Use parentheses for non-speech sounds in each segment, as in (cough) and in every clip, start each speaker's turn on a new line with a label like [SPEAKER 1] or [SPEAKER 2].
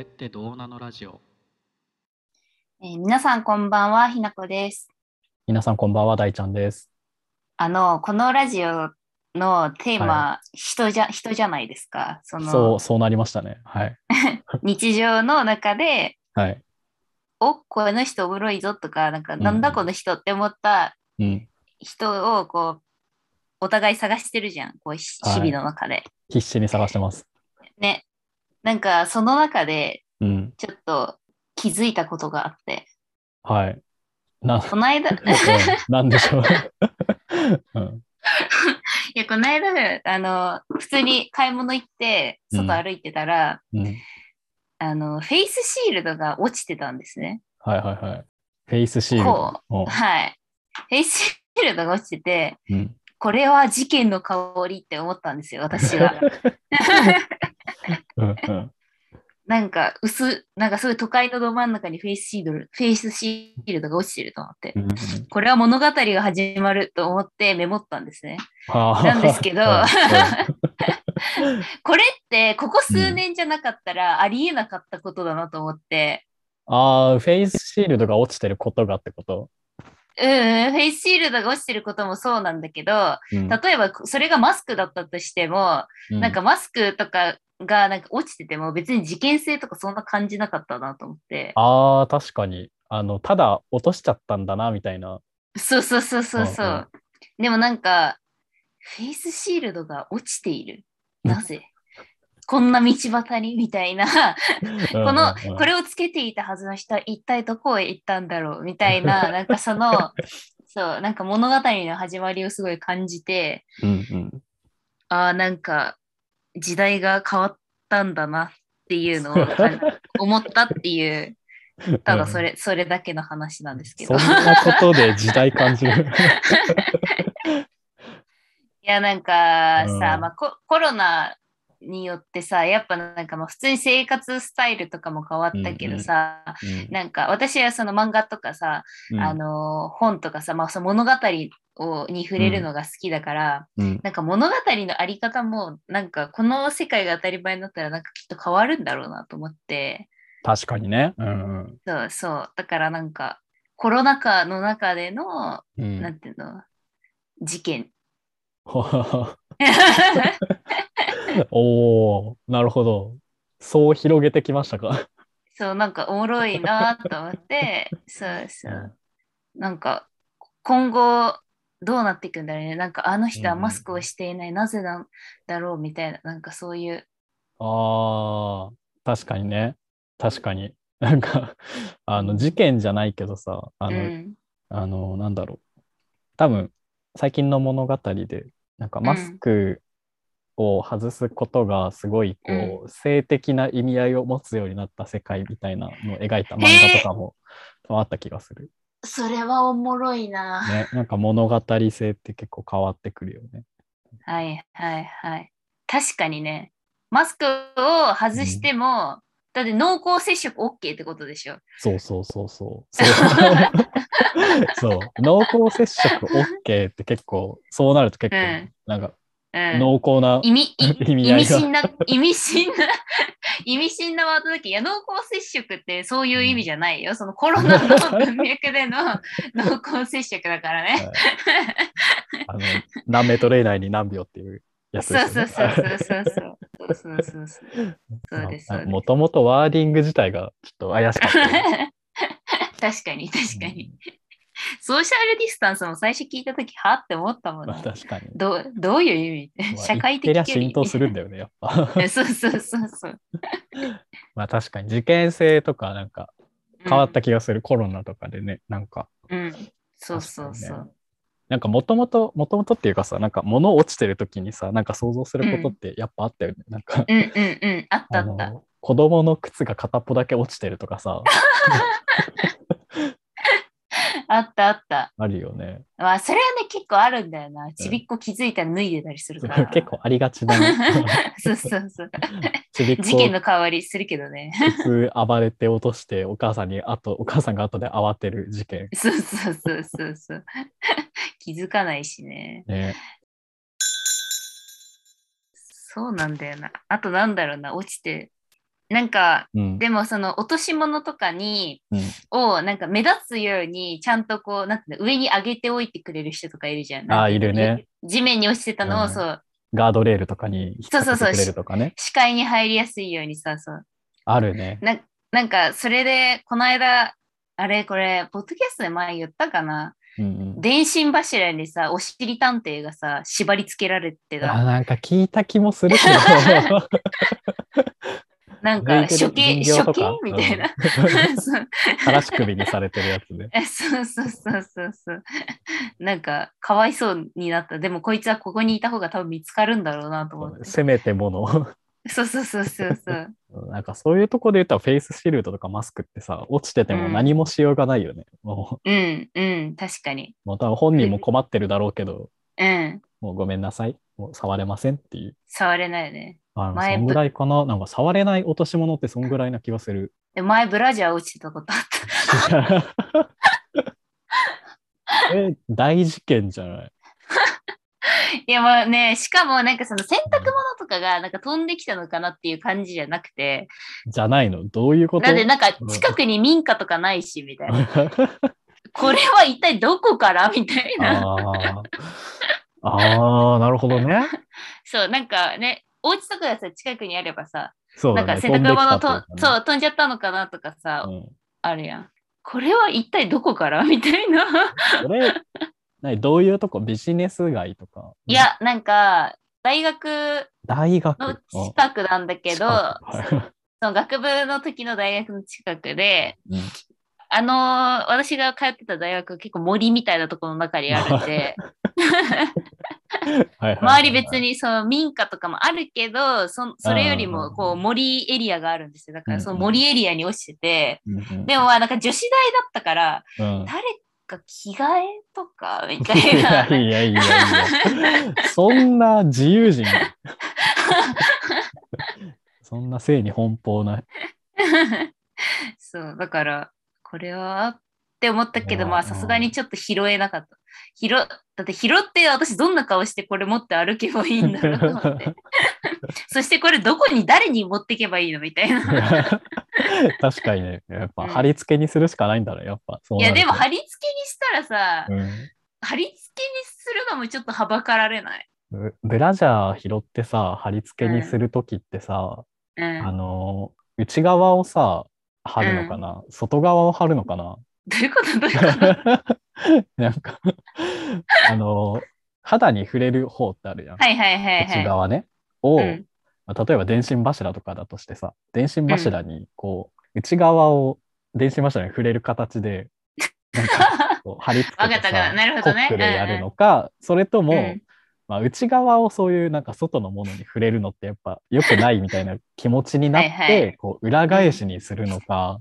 [SPEAKER 1] ってどうなのラジオ。
[SPEAKER 2] えー皆さんこんばんは、ひなこです。
[SPEAKER 3] 皆さんこんばんは、大ちゃんです。
[SPEAKER 2] あの、このラジオのテーマ、
[SPEAKER 3] は
[SPEAKER 2] 人じゃ、人じゃないですか。その、
[SPEAKER 3] そう、そうなりましたね。はい。
[SPEAKER 2] 日常の中で、 (laughs)
[SPEAKER 3] はい。
[SPEAKER 2] お、この人おもろいぞとか、なんか、
[SPEAKER 3] ん
[SPEAKER 2] なんだこの人って思った
[SPEAKER 3] うん。
[SPEAKER 2] 人を、こう、お互い探してるじゃん、こう、し
[SPEAKER 3] はい
[SPEAKER 2] 日々の中で。
[SPEAKER 3] 必死に探してます。
[SPEAKER 2] ね。なんか、その中で、
[SPEAKER 3] うん。
[SPEAKER 2] ちょっと気づいたことがあって、
[SPEAKER 3] はい。な、 (laughs) うん
[SPEAKER 2] この間、
[SPEAKER 3] なんでしょう。 (laughs) うん。
[SPEAKER 2] いや、この間、あの、普通に買い物行って、
[SPEAKER 3] うん
[SPEAKER 2] 外歩いてたら、
[SPEAKER 3] うん。
[SPEAKER 2] あの、フェイスシールドが落ちてたんですね。
[SPEAKER 3] はいはいはい。フェイスシールド。お
[SPEAKER 2] はい。フェイスシールドが落ちてて、
[SPEAKER 3] うん。
[SPEAKER 2] これは事件の香りって思ったんですよ、私
[SPEAKER 3] (laughs)
[SPEAKER 2] は。
[SPEAKER 3] うんうん。
[SPEAKER 2] なんか、薄、なんかすごい都会のど真ん中にフェイスシールド、フェイスシールドが落ちてると思って
[SPEAKER 3] う、んうん。
[SPEAKER 2] これは物語が始まると思ってメモったんですね。
[SPEAKER 3] はあ
[SPEAKER 2] なんですけど
[SPEAKER 3] はい
[SPEAKER 2] これって、ここ数年じゃなかったらありえなかったことだなと思って、
[SPEAKER 3] ああ、フェイスシールドが落ちてることがってこと。
[SPEAKER 2] うん、うん、フェイスシールドが落ちてることもそうなんだけど、
[SPEAKER 3] うん
[SPEAKER 2] 例えばそれがマスクだったとしても、なんかマスクとかがなんか落ちてても別に事件性とかそんな感じなかったなと思って。
[SPEAKER 3] ああ、確かに。あの、ただ落としちゃったんだな、みたいな。
[SPEAKER 2] そうそうそうそうそう。
[SPEAKER 3] うんうん
[SPEAKER 2] でもなんか、フェイスシールドが落ちている。なぜこんな道端にみたいな、こ
[SPEAKER 3] こ
[SPEAKER 2] の、これをつけていたはずの人は一体どこへ行ったんだろうみたいな、なんかそ
[SPEAKER 3] (laughs)
[SPEAKER 2] の、そう、なんか物語の始まりをすごい感じて、
[SPEAKER 3] うんうん。
[SPEAKER 2] ああ、なんか時代が変わったんだなっていうのを感じ思ったっていう、ただそれ、それだけの話なんですけ
[SPEAKER 3] そ
[SPEAKER 2] ど (laughs)
[SPEAKER 3] ん。なことで時代感じる。
[SPEAKER 2] いや、なんかさ、
[SPEAKER 3] うん
[SPEAKER 2] まあコ、コロナによってさ、やっぱなんかまあ普通に生活スタイルとかも変わったけどさ、なんか私はその漫画とかさ、
[SPEAKER 3] うん
[SPEAKER 2] あの本とかさ、まあ、その物語をに触れるのが好きだから、
[SPEAKER 3] うん
[SPEAKER 2] なんか物語のあり方もなんかこの世界が当たり前になったらなんかきっと変わるんだろうなと思って
[SPEAKER 3] 確かにね。うんうん
[SPEAKER 2] そうそうだからなんかコロナ禍の中での、
[SPEAKER 3] う
[SPEAKER 2] なん
[SPEAKER 3] ん、
[SPEAKER 2] ていうの事 (laughs) 件
[SPEAKER 3] (laughs) おおなるほど。そう広げてきましたか。 (laughs)
[SPEAKER 2] そうなんかおもろいなと思ってそうそうなんか今後どうなっていくんだろうねなんかあの人はマスクをしていない、なぜなんだろうみたいななんかそういう
[SPEAKER 3] ああ確かにね。確かに。なんかあの事件じゃないけどさあ
[SPEAKER 2] う
[SPEAKER 3] の、
[SPEAKER 2] ん
[SPEAKER 3] あのなんだろう多分最近の物語でなんかマスクを外すことがすごいこう、性的な意味合いを持つようになった世界みたいなのを描いた漫画とかも多分あった気が
[SPEAKER 2] (laughs)
[SPEAKER 3] する。
[SPEAKER 2] それはおもろいな、
[SPEAKER 3] ね、なんか物語性って結構変わってくるよね。
[SPEAKER 2] はいはいはい。確かにね。マスクを外しても、だって濃厚接触 OK ってことでしょ。
[SPEAKER 3] そうそうそ
[SPEAKER 2] (laughs)
[SPEAKER 3] うそう。 (laughs) そうそう濃厚接触 OK って結構そうなると結構、
[SPEAKER 2] うん
[SPEAKER 3] なんか
[SPEAKER 2] うん、
[SPEAKER 3] 濃厚な、
[SPEAKER 2] 意味、い
[SPEAKER 3] (laughs) 意味
[SPEAKER 2] 意
[SPEAKER 3] 合い
[SPEAKER 2] 味
[SPEAKER 3] が
[SPEAKER 2] 深な、意味深な、意味深なワードだけど、いや、濃厚接触ってそういう意味じゃないよ。そのコロナの文脈での濃厚接触だからね。
[SPEAKER 3] あの何メートル以内に何秒っていうやつ
[SPEAKER 2] そう
[SPEAKER 3] です
[SPEAKER 2] そ
[SPEAKER 3] よ
[SPEAKER 2] うそう
[SPEAKER 3] ね。
[SPEAKER 2] そうそうそう。そうそうそうそう。そうです、そうです
[SPEAKER 3] もともとワーディング自体がちょっと怪しかったよね。
[SPEAKER 2] 確かに、確かに。ソーシャルディスタンスも最初聞いたとき、はって思ったもん
[SPEAKER 3] まあ
[SPEAKER 2] ね。
[SPEAKER 3] 確かに。
[SPEAKER 2] どうどういう意
[SPEAKER 3] (laughs)
[SPEAKER 2] 味
[SPEAKER 3] まあ
[SPEAKER 2] 社会的
[SPEAKER 3] 言
[SPEAKER 2] 距
[SPEAKER 3] ってり
[SPEAKER 2] 離
[SPEAKER 3] ゃ浸透するんだよね、やっぱ。 (laughs)
[SPEAKER 2] そうそうそうそう。
[SPEAKER 3] まあ確かに事件性とかなんか変わった
[SPEAKER 2] け
[SPEAKER 3] 気がする、コロナとかでね、なんか。
[SPEAKER 2] ど、うん。そうそうそ
[SPEAKER 3] 確かに
[SPEAKER 2] う
[SPEAKER 3] ね。なんかもともと、もともとっていうかさ、なんか物落ちてる時にさ、なんか想像することってやっぱあったよね。なんか、
[SPEAKER 2] うんうんうん。あったあ
[SPEAKER 3] あ
[SPEAKER 2] っ
[SPEAKER 3] の
[SPEAKER 2] た。
[SPEAKER 3] 子供の靴が片っぽだけ落ちてるとかさ、
[SPEAKER 2] あったあった。
[SPEAKER 3] あるよ
[SPEAKER 2] (laughs)
[SPEAKER 3] ね。
[SPEAKER 2] まあ、それはね、結構あるんだよな。ちびっこ気づいたら脱いでたりするから。
[SPEAKER 3] (laughs) 結。構ありがちだな。
[SPEAKER 2] (laughs) そうそうそう。
[SPEAKER 3] ちびっ
[SPEAKER 2] 事件
[SPEAKER 3] こ
[SPEAKER 2] の代わりするけどね。 (laughs)
[SPEAKER 3] 靴暴れて落として、お母さんに後、お母さんが後で慌てる事件。
[SPEAKER 2] そうそうそうそうそう。 (laughs) 気づかないしね。
[SPEAKER 3] ね。
[SPEAKER 2] そうなんだよな。あとなんだろうな。落ちて、なんか、
[SPEAKER 3] うん。
[SPEAKER 2] でもその落とし物とかに、
[SPEAKER 3] うん
[SPEAKER 2] をなんか目立つようにちゃんとこうなんていうの上に上げておいてくれる人とかいるじゃん。
[SPEAKER 3] あーいるね。
[SPEAKER 2] 地面に落ちてたのを、
[SPEAKER 3] うん
[SPEAKER 2] そう
[SPEAKER 3] ガードレールとかに引っ掛け
[SPEAKER 2] そうそうそう
[SPEAKER 3] てくれるとかね。
[SPEAKER 2] 視界に入りやすいようにさそう
[SPEAKER 3] あるね。
[SPEAKER 2] ななんかそれでこの間あれこれポッドキャストで前言ったかな
[SPEAKER 3] うん
[SPEAKER 2] 電信柱にさお尻探偵がさ縛り付けられて
[SPEAKER 3] うん。あ、
[SPEAKER 2] た
[SPEAKER 3] (laughs) なんか聞いた気もするけど。
[SPEAKER 2] なんか
[SPEAKER 3] 抜いてる
[SPEAKER 2] 処刑
[SPEAKER 3] 人形
[SPEAKER 2] 処
[SPEAKER 3] とか
[SPEAKER 2] 刑みたいな、 (laughs) そう
[SPEAKER 3] 垂らし首にされてるやつ (laughs) で。
[SPEAKER 2] え (laughs) そうそうそうそうそう。なんか、かわいそうになった。でも、こいつはここにいた方が多分見つかるんだろうなと思って。
[SPEAKER 3] せめてもの。
[SPEAKER 2] そうそうそうそうそう。
[SPEAKER 3] なんかそういうとこで言ったらフェイスシールドとかマスクってさ、落ちてても何もしようがないよね。も
[SPEAKER 2] うん、うん、確かに。
[SPEAKER 3] う、もう多分本人も困ってるだろうけど、
[SPEAKER 2] うん、
[SPEAKER 3] もうごめんなさい。もう触れませんっていう。
[SPEAKER 2] 触れないよね。
[SPEAKER 3] あの
[SPEAKER 2] 前
[SPEAKER 3] そんぐらいかな。なんか触れない落とし物ってそんぐらいな気がす
[SPEAKER 2] (laughs)
[SPEAKER 3] る。
[SPEAKER 2] で前、ブラジャー落ちてたことあった。 (laughs)
[SPEAKER 3] え、大事件じゃない。
[SPEAKER 2] いや、まあね、しかも、なんかその洗濯物とかが、なんか飛んできたのかなっていう感じじゃなくて、
[SPEAKER 3] じゃないの。どういうこと
[SPEAKER 2] だってなんか近くに民家とかないし、みたいな。これは一体どこからみたいな。
[SPEAKER 3] (laughs) あーあー、なるほどね。
[SPEAKER 2] そう、なんかね、お家とかがさ、近くにあればさ、
[SPEAKER 3] そう
[SPEAKER 2] な
[SPEAKER 3] だ
[SPEAKER 2] ん
[SPEAKER 3] ね。
[SPEAKER 2] か洗濯物と、
[SPEAKER 3] う
[SPEAKER 2] そう飛んじゃったのかなとか
[SPEAKER 3] か
[SPEAKER 2] さ、
[SPEAKER 3] うん。
[SPEAKER 2] あるやん。これは一体どこから (laughs) みたいな。
[SPEAKER 3] それ、何どういうとこビジネス街とか。
[SPEAKER 2] い、や、なんか、大学
[SPEAKER 3] 大学
[SPEAKER 2] の
[SPEAKER 3] うん
[SPEAKER 2] 近くなんだけど、
[SPEAKER 3] 近
[SPEAKER 2] その学部の時の大学の近くで、
[SPEAKER 3] くうん
[SPEAKER 2] あのー私が通ってた大学結構森みたいなところの中にあるん
[SPEAKER 3] (laughs)
[SPEAKER 2] で、
[SPEAKER 3] はいはいはい
[SPEAKER 2] 周り別にその民家とかもあるけど、そそれより
[SPEAKER 3] うんうん
[SPEAKER 2] も
[SPEAKER 3] うん
[SPEAKER 2] こう森エリアがあるんですよ。だからその
[SPEAKER 3] うんうん
[SPEAKER 2] 森エリアに落ちてて、
[SPEAKER 3] うんうん
[SPEAKER 2] でもまあなんか女子大だったから、
[SPEAKER 3] うん
[SPEAKER 2] 誰か着替えとかみた
[SPEAKER 3] い
[SPEAKER 2] い
[SPEAKER 3] や
[SPEAKER 2] な。
[SPEAKER 3] いやいやいや、そんな自
[SPEAKER 2] (laughs)
[SPEAKER 3] 由人。そんな性に奔
[SPEAKER 2] (laughs)
[SPEAKER 3] 放な。 (laughs)
[SPEAKER 2] そう、だから、これはって思ったけ
[SPEAKER 3] う
[SPEAKER 2] ど、
[SPEAKER 3] ん
[SPEAKER 2] まあさすがにちょっと拾えなかった。拾だって拾って私どんな顔してこれ持って歩けばいいんだろうと思
[SPEAKER 3] (laughs)
[SPEAKER 2] って。そしてこれどこに誰に持ってけばいいのみたいな。
[SPEAKER 3] 確かにね、やっぱ
[SPEAKER 2] うん
[SPEAKER 3] 貼り付けにするしかないんだね、やっぱ。そう
[SPEAKER 2] い
[SPEAKER 3] な
[SPEAKER 2] や
[SPEAKER 3] る
[SPEAKER 2] で
[SPEAKER 3] と
[SPEAKER 2] も貼り付けにしたらさ、
[SPEAKER 3] う
[SPEAKER 2] 貼り付けにするのもちょっとはばかられない。
[SPEAKER 3] んブブラジャー拾ってさ、貼り付けにするときってさ、
[SPEAKER 2] う
[SPEAKER 3] あ
[SPEAKER 2] ん。
[SPEAKER 3] のー、内側をさ、貼るのかな、外側を貼るのか
[SPEAKER 2] (laughs)
[SPEAKER 3] な
[SPEAKER 2] どういうことどういうこ
[SPEAKER 3] (laughs)
[SPEAKER 2] と
[SPEAKER 3] なんか、あのー、肌に触れる方ってあるやん。
[SPEAKER 2] はいはいはいはい。
[SPEAKER 3] 内側ね。を、
[SPEAKER 2] うん
[SPEAKER 3] まあ例えば電信柱とかだとしてさ電信柱にこう、内側を電信柱に触れる形で
[SPEAKER 2] (laughs)
[SPEAKER 3] なんかこう貼り付け
[SPEAKER 2] わかった
[SPEAKER 3] て
[SPEAKER 2] わかっ
[SPEAKER 3] さ
[SPEAKER 2] たなるほ
[SPEAKER 3] コ
[SPEAKER 2] どね
[SPEAKER 3] ップでやるのか、それとも、
[SPEAKER 2] うん
[SPEAKER 3] まあ、内側をそういうなんか外のものに触れるのってやっぱ良くないみたいな気持ちになって
[SPEAKER 2] はいは
[SPEAKER 3] こう裏返しにするのか、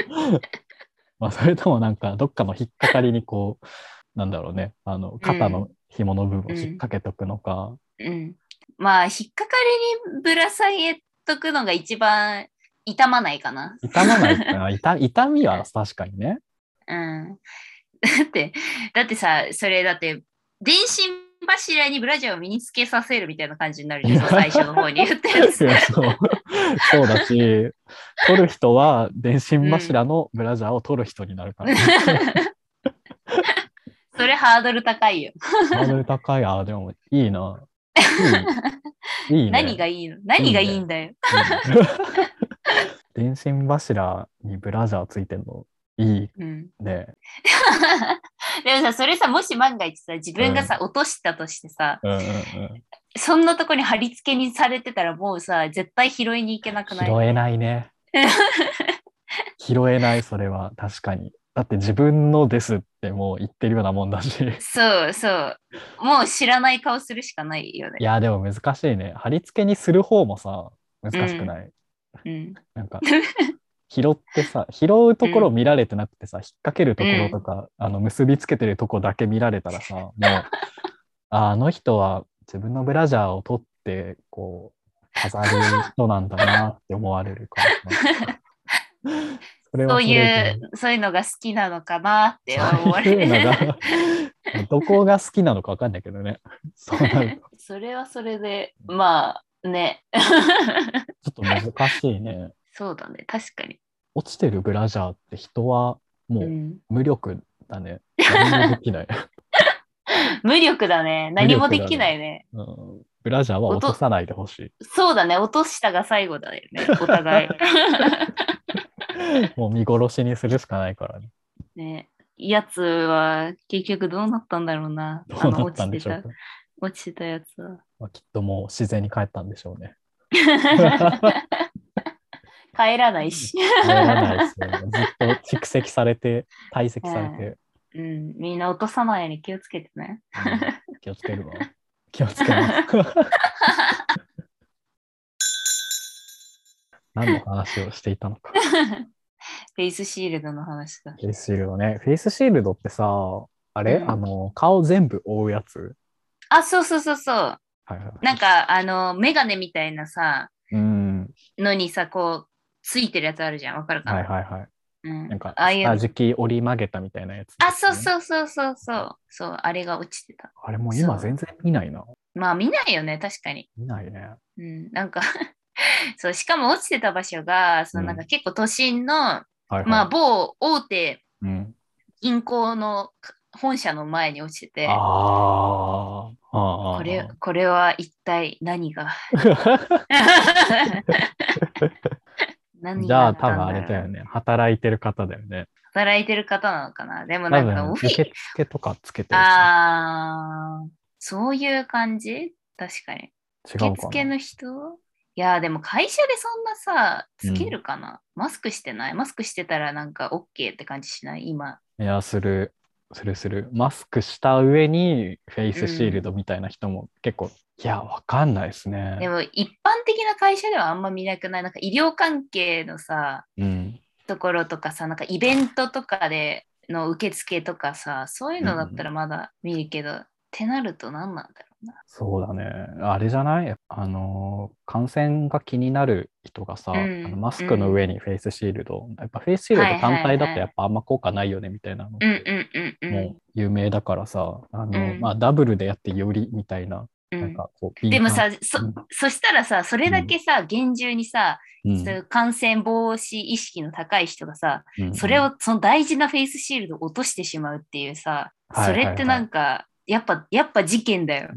[SPEAKER 2] (laughs)
[SPEAKER 3] まあそれともなんかどっかの引っかかりにこうなんだろうねあの肩の紐の部分を引っ掛けとくのか。
[SPEAKER 2] うんまあ、引っかかりにぶら下げとくのが一番痛まないかな。
[SPEAKER 3] 痛まないか
[SPEAKER 2] (laughs)
[SPEAKER 3] な痛痛みは確かにね。
[SPEAKER 2] うん。だって、だってさ、それだって、電信柱にブラジャーを身につけさせるみたいな感じになる
[SPEAKER 3] (laughs)
[SPEAKER 2] じゃん、その最初の方に言ったや
[SPEAKER 3] そ
[SPEAKER 2] つ
[SPEAKER 3] う。そうだし、取る人は電信柱のブラジャーを取る人になるから、
[SPEAKER 2] (laughs) それハードル高いよ。
[SPEAKER 3] ハードル高い。あー、でもいいな。いいいいね。
[SPEAKER 2] 何がいいの何がいいんだよ。
[SPEAKER 3] うん電信柱にブラジャーついてんのいい
[SPEAKER 2] うん。 (laughs)
[SPEAKER 3] ね。
[SPEAKER 2] でもさ、それさ、もし万が一さ、自分がさ、落としたとしてさ、
[SPEAKER 3] うんうんうん、
[SPEAKER 2] そんなとこに貼り付けにされてたら、もうさ、絶対拾いに行けなくない
[SPEAKER 3] 拾えないね。拾えない、それは確かに。だって自分のですってもう言ってるようなもんだし。
[SPEAKER 2] そうそう。もう知らない顔するしかないよ
[SPEAKER 3] い
[SPEAKER 2] ね。
[SPEAKER 3] やでも難しいね。貼り付けにする方もさ難しくない、
[SPEAKER 2] うん、
[SPEAKER 3] な
[SPEAKER 2] (laughs)
[SPEAKER 3] んか拾ってさ拾うところ見られてなくてさ、引っ掛けるところとか、あの結びつけてるとこだけ見られ
[SPEAKER 2] (laughs)
[SPEAKER 3] たらさもうああの人は自分のブラジャーを取ってこう飾る人なんだなって思われるからさそれ
[SPEAKER 2] そう
[SPEAKER 3] それ
[SPEAKER 2] い
[SPEAKER 3] で
[SPEAKER 2] う、そういうのが好きなのかなって思わ
[SPEAKER 3] そうい
[SPEAKER 2] れ
[SPEAKER 3] う
[SPEAKER 2] (laughs)
[SPEAKER 3] の
[SPEAKER 2] る。
[SPEAKER 3] が (laughs) どこが好きなのか分かんないけどね。そうなると
[SPEAKER 2] それはそれで、まあ、ね。 (laughs)
[SPEAKER 3] ちょっと難しいね。
[SPEAKER 2] そうだね、確かに。
[SPEAKER 3] 落ちてるブラジャーって人はも
[SPEAKER 2] う、
[SPEAKER 3] うん無力だね。何もで
[SPEAKER 2] (laughs)
[SPEAKER 3] きない、
[SPEAKER 2] 無力だね。何もできないね。
[SPEAKER 3] うん。ブラジャーは落とさないでほし
[SPEAKER 2] そうだね、落としたが最後だよ
[SPEAKER 3] (laughs)
[SPEAKER 2] ね、お互い。
[SPEAKER 3] い。もう見殺しにするしかないからね。
[SPEAKER 2] (laughs) ね、やつは結局どうなったんだろうな。
[SPEAKER 3] どう
[SPEAKER 2] あ
[SPEAKER 3] な
[SPEAKER 2] の
[SPEAKER 3] ったんで
[SPEAKER 2] 落ち
[SPEAKER 3] しょう
[SPEAKER 2] て
[SPEAKER 3] か
[SPEAKER 2] た。落ちてた
[SPEAKER 3] (laughs)
[SPEAKER 2] やつは。
[SPEAKER 3] まあ、きっともう自然に帰ったんでしょうね。
[SPEAKER 2] (laughs) 帰らないし、
[SPEAKER 3] 帰らないですね。ずっと蓄積されて、堆積されて、
[SPEAKER 2] うん。みんな落とさないように気をつけてね。
[SPEAKER 3] うん気をつけるわ。気をつけ
[SPEAKER 2] (laughs)
[SPEAKER 3] ます。何の話をしていたのか。
[SPEAKER 2] フェイスシールドの話だ。
[SPEAKER 3] フェイスシールドね。フェイスシールドってさ、あれ、
[SPEAKER 2] うん
[SPEAKER 3] あの、顔全部覆うやつ。
[SPEAKER 2] あ、そうそうそうそう。
[SPEAKER 3] はいはいはい
[SPEAKER 2] なんか、あの、メガネみたいなさ、
[SPEAKER 3] うん。
[SPEAKER 2] のにさ、こう、ついてるやつあるじゃん。わかるかな、
[SPEAKER 3] はいはいは
[SPEAKER 2] うん
[SPEAKER 3] い。なんか、
[SPEAKER 2] ああいう
[SPEAKER 3] 下敷き折り曲げたみたいなやつ、
[SPEAKER 2] あ、そう
[SPEAKER 3] う。
[SPEAKER 2] そうそうそうそう。そう、あれが落ちてた。
[SPEAKER 3] あれもう今全然見ないな。
[SPEAKER 2] まあ見ないよね、確かに。
[SPEAKER 3] 見ないね。
[SPEAKER 2] うん、なんか (laughs) そう、しかも落ちてた場所が、そのなんか結構都心の、
[SPEAKER 3] はいはい。
[SPEAKER 2] まあ某大手
[SPEAKER 3] うん、
[SPEAKER 2] 銀行の本社の前に落ちてて、
[SPEAKER 3] あーあー。あー
[SPEAKER 2] これ、これは一体何が何
[SPEAKER 3] (laughs) じ
[SPEAKER 2] が
[SPEAKER 3] ゃ
[SPEAKER 2] あ
[SPEAKER 3] あ
[SPEAKER 2] った
[SPEAKER 3] 多
[SPEAKER 2] ん
[SPEAKER 3] 分
[SPEAKER 2] だ
[SPEAKER 3] あ
[SPEAKER 2] ろう
[SPEAKER 3] れだよね。働いてる方だよね。
[SPEAKER 2] 働いてる方なのかなでも
[SPEAKER 3] 多
[SPEAKER 2] なんか
[SPEAKER 3] 分
[SPEAKER 2] オフ
[SPEAKER 3] 受
[SPEAKER 2] ィス、
[SPEAKER 3] 付とかつけてる人
[SPEAKER 2] ああ、そういう感じ確かに。
[SPEAKER 3] 違う
[SPEAKER 2] 受
[SPEAKER 3] か
[SPEAKER 2] 付
[SPEAKER 3] な。
[SPEAKER 2] の人いやーでも会社でそんなさつけるかな、マスクしてないマスクしてたらなんか OK って感じしない今
[SPEAKER 3] いや、する、するする。マスクした上にフェイスシールドみたいな人も結構、いや、わかんないです
[SPEAKER 2] で
[SPEAKER 3] ね。
[SPEAKER 2] も一般的な会社ではあんま見なくないなんか医療関係のさ
[SPEAKER 3] うん。
[SPEAKER 2] ところとかさなんかイベントとかでの受付とかさそういうのだったらまだ見るけど、ってなると何なんだろうな
[SPEAKER 3] そうだね。あれじゃないあのー、感染が気になる人がさ、
[SPEAKER 2] うん
[SPEAKER 3] あのマスクの上にフェイスシールド、やっぱフェイスシールド
[SPEAKER 2] はいはいはい
[SPEAKER 3] 単体だとやっぱあんま効果ないよねみたいなの。
[SPEAKER 2] うんうんうん
[SPEAKER 3] もう有名だからさ、あの、
[SPEAKER 2] うん
[SPEAKER 3] まあ、ダブルでやってよりみたいな、
[SPEAKER 2] うんう
[SPEAKER 3] なん
[SPEAKER 2] ん
[SPEAKER 3] かこう、
[SPEAKER 2] でもさ
[SPEAKER 3] 敏
[SPEAKER 2] そ
[SPEAKER 3] うん
[SPEAKER 2] そしたらさそれだけさ、厳重にさ、
[SPEAKER 3] 感、
[SPEAKER 2] そういう感染防止意識の高い人がさ、
[SPEAKER 3] うんうん
[SPEAKER 2] それをその大事なフェイスシールドを落としてしまうっていうさ、
[SPEAKER 3] はいはいはい
[SPEAKER 2] それってなんかやっぱやっぱ事件だよ。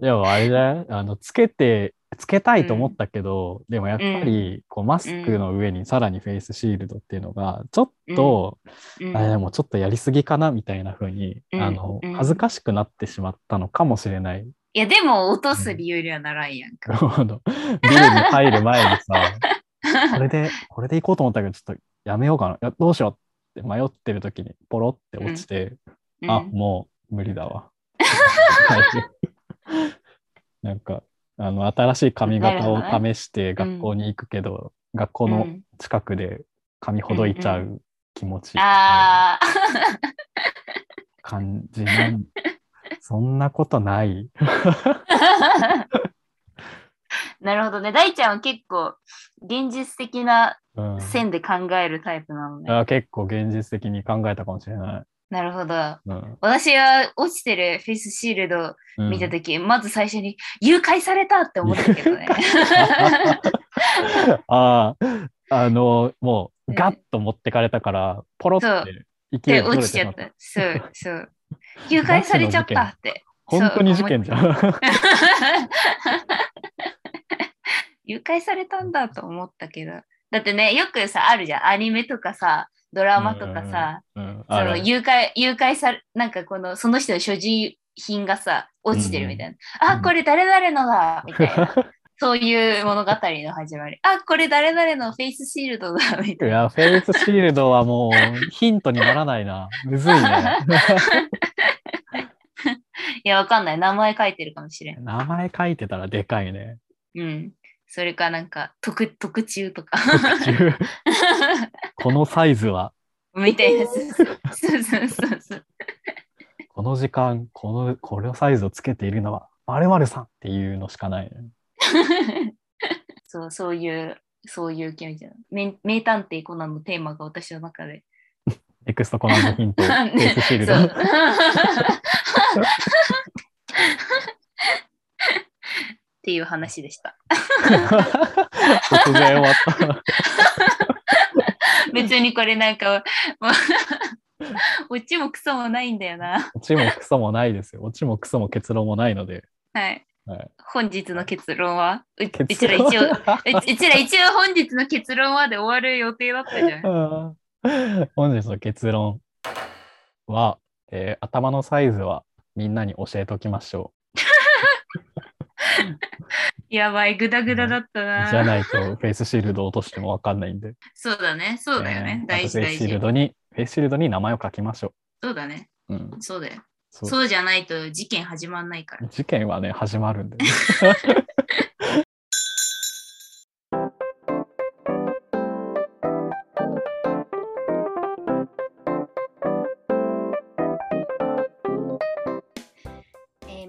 [SPEAKER 3] いや、あれだよ。あの、つけて、つけたいと思ったけど、でもやっぱり、こう、マスクの上にさらにフェイスシールドっていうのが、ちょっと、
[SPEAKER 2] うん
[SPEAKER 3] あれもうちょっとやりすぎかな、みたいな風に、
[SPEAKER 2] うん
[SPEAKER 3] あの
[SPEAKER 2] うん、
[SPEAKER 3] 恥ずかしくなってしまったのかもしれない。 (laughs)
[SPEAKER 2] いやでも落とす理由にはならんやん
[SPEAKER 3] あ
[SPEAKER 2] か。
[SPEAKER 3] のビルに入る前にさ、
[SPEAKER 2] (laughs)
[SPEAKER 3] これで、これで行こうと思ったけど、ちょっとやめようかな。いや、どうしようって迷ってる時に、ポロって落ちて、
[SPEAKER 2] うん
[SPEAKER 3] あ、もう無理だ
[SPEAKER 2] (laughs)
[SPEAKER 3] わ。なんか、あの、新しい髪型を
[SPEAKER 2] なるほど
[SPEAKER 3] 試して学校に行くけど、学校
[SPEAKER 2] う
[SPEAKER 3] の
[SPEAKER 2] ん
[SPEAKER 3] 近くで髪ほどいちゃう気持ち、
[SPEAKER 2] あ
[SPEAKER 3] 感じなん。
[SPEAKER 2] (laughs)
[SPEAKER 3] そんなことな
[SPEAKER 2] ー
[SPEAKER 3] い。
[SPEAKER 2] (laughs) なるほどね。大ちゃんは結構現実的な
[SPEAKER 3] うん、
[SPEAKER 2] 線で考えるタイプなのね。
[SPEAKER 3] あ結構現実的に考えたかもしれない。
[SPEAKER 2] なるほど。
[SPEAKER 3] うん
[SPEAKER 2] 私は落ちてるフェイスシールドを
[SPEAKER 3] うん
[SPEAKER 2] 見たとき、まず最初に誘拐されたって思ったけどね。
[SPEAKER 3] (laughs) ああ、あの、もう、ガッと持ってかれたから、ポロっ
[SPEAKER 2] そう
[SPEAKER 3] て勢い
[SPEAKER 2] で、
[SPEAKER 3] が取
[SPEAKER 2] 落ち
[SPEAKER 3] れ
[SPEAKER 2] ち
[SPEAKER 3] てし
[SPEAKER 2] ゃ
[SPEAKER 3] まっ。
[SPEAKER 2] ったた。そう、そう。誘拐されちゃったって。
[SPEAKER 3] 本当に事件じゃん。
[SPEAKER 2] (laughs) 誘拐されたんだと思ったけど。だってね、よくさ、あるじゃん。アニメとかさ、ドラマとかさ、
[SPEAKER 3] (laughs) うん
[SPEAKER 2] そ
[SPEAKER 3] あ
[SPEAKER 2] の
[SPEAKER 3] る
[SPEAKER 2] 誘拐、誘拐され、なんかこの、その人の所持品がさ、落ちてるみたいな。
[SPEAKER 3] うん
[SPEAKER 2] あ、これ誰々の
[SPEAKER 3] (laughs)
[SPEAKER 2] だみたいな。
[SPEAKER 3] あ
[SPEAKER 2] そういう物語の始まり。あ、これ誰々のフェイスシールドだ、
[SPEAKER 3] (laughs)
[SPEAKER 2] みたいな。
[SPEAKER 3] るいや、フェイスシールドはもうヒントにならないな。むずい
[SPEAKER 2] (laughs)
[SPEAKER 3] ね。
[SPEAKER 2] いや、わかんない。名前書いてるかもしれん。
[SPEAKER 3] 名前書いてたらでかいね。
[SPEAKER 2] うん。それかなんか、特、特注とか。
[SPEAKER 3] (laughs)
[SPEAKER 2] (laughs)
[SPEAKER 3] このサイズは、
[SPEAKER 2] みたいな。そうそうそうそう。
[SPEAKER 3] この時間、この、このサイズをつけているのは、〇〇さんっていうのしかないね、
[SPEAKER 2] そう、そういう、そういう気持ちなの。名名探偵コナンのテーマが私の中で。
[SPEAKER 3] ネクストコナンのヒ
[SPEAKER 2] (laughs)
[SPEAKER 3] ント、フェイスシール (laughs)
[SPEAKER 2] そ
[SPEAKER 3] ド。
[SPEAKER 2] うっていう話でした。
[SPEAKER 3] 突然終わった。
[SPEAKER 2] 別にこれなんか、もうオチもクソもないんだよな。
[SPEAKER 3] オチもクソもないですよ。オチもクソも結論もないので。
[SPEAKER 2] はい。
[SPEAKER 3] はい
[SPEAKER 2] 本日の結論はうう
[SPEAKER 3] 結
[SPEAKER 2] ちら一応、う
[SPEAKER 3] 論
[SPEAKER 2] うちら一応本日の結論まで終わる予定だったじゃん。
[SPEAKER 3] あー本日の結論は、えー頭のサイズはみんなに教えておきましょ
[SPEAKER 2] やばい、グダグダだった
[SPEAKER 3] う。じゃ
[SPEAKER 2] な。
[SPEAKER 3] ないとフェイスシールドを落としても分かんないんで。
[SPEAKER 2] そうだね、そうだよね。
[SPEAKER 3] えー
[SPEAKER 2] 大事
[SPEAKER 3] あとフ
[SPEAKER 2] 大
[SPEAKER 3] ェイスシー
[SPEAKER 2] 事
[SPEAKER 3] ル。ドに、フェイスシールドに名前を書きましょ
[SPEAKER 2] そうだね、
[SPEAKER 3] う。うん。
[SPEAKER 2] そうだよ。
[SPEAKER 3] そう
[SPEAKER 2] そうじゃないと事件始まんないから。
[SPEAKER 3] 事件はね、始まるんでね、
[SPEAKER 1] えー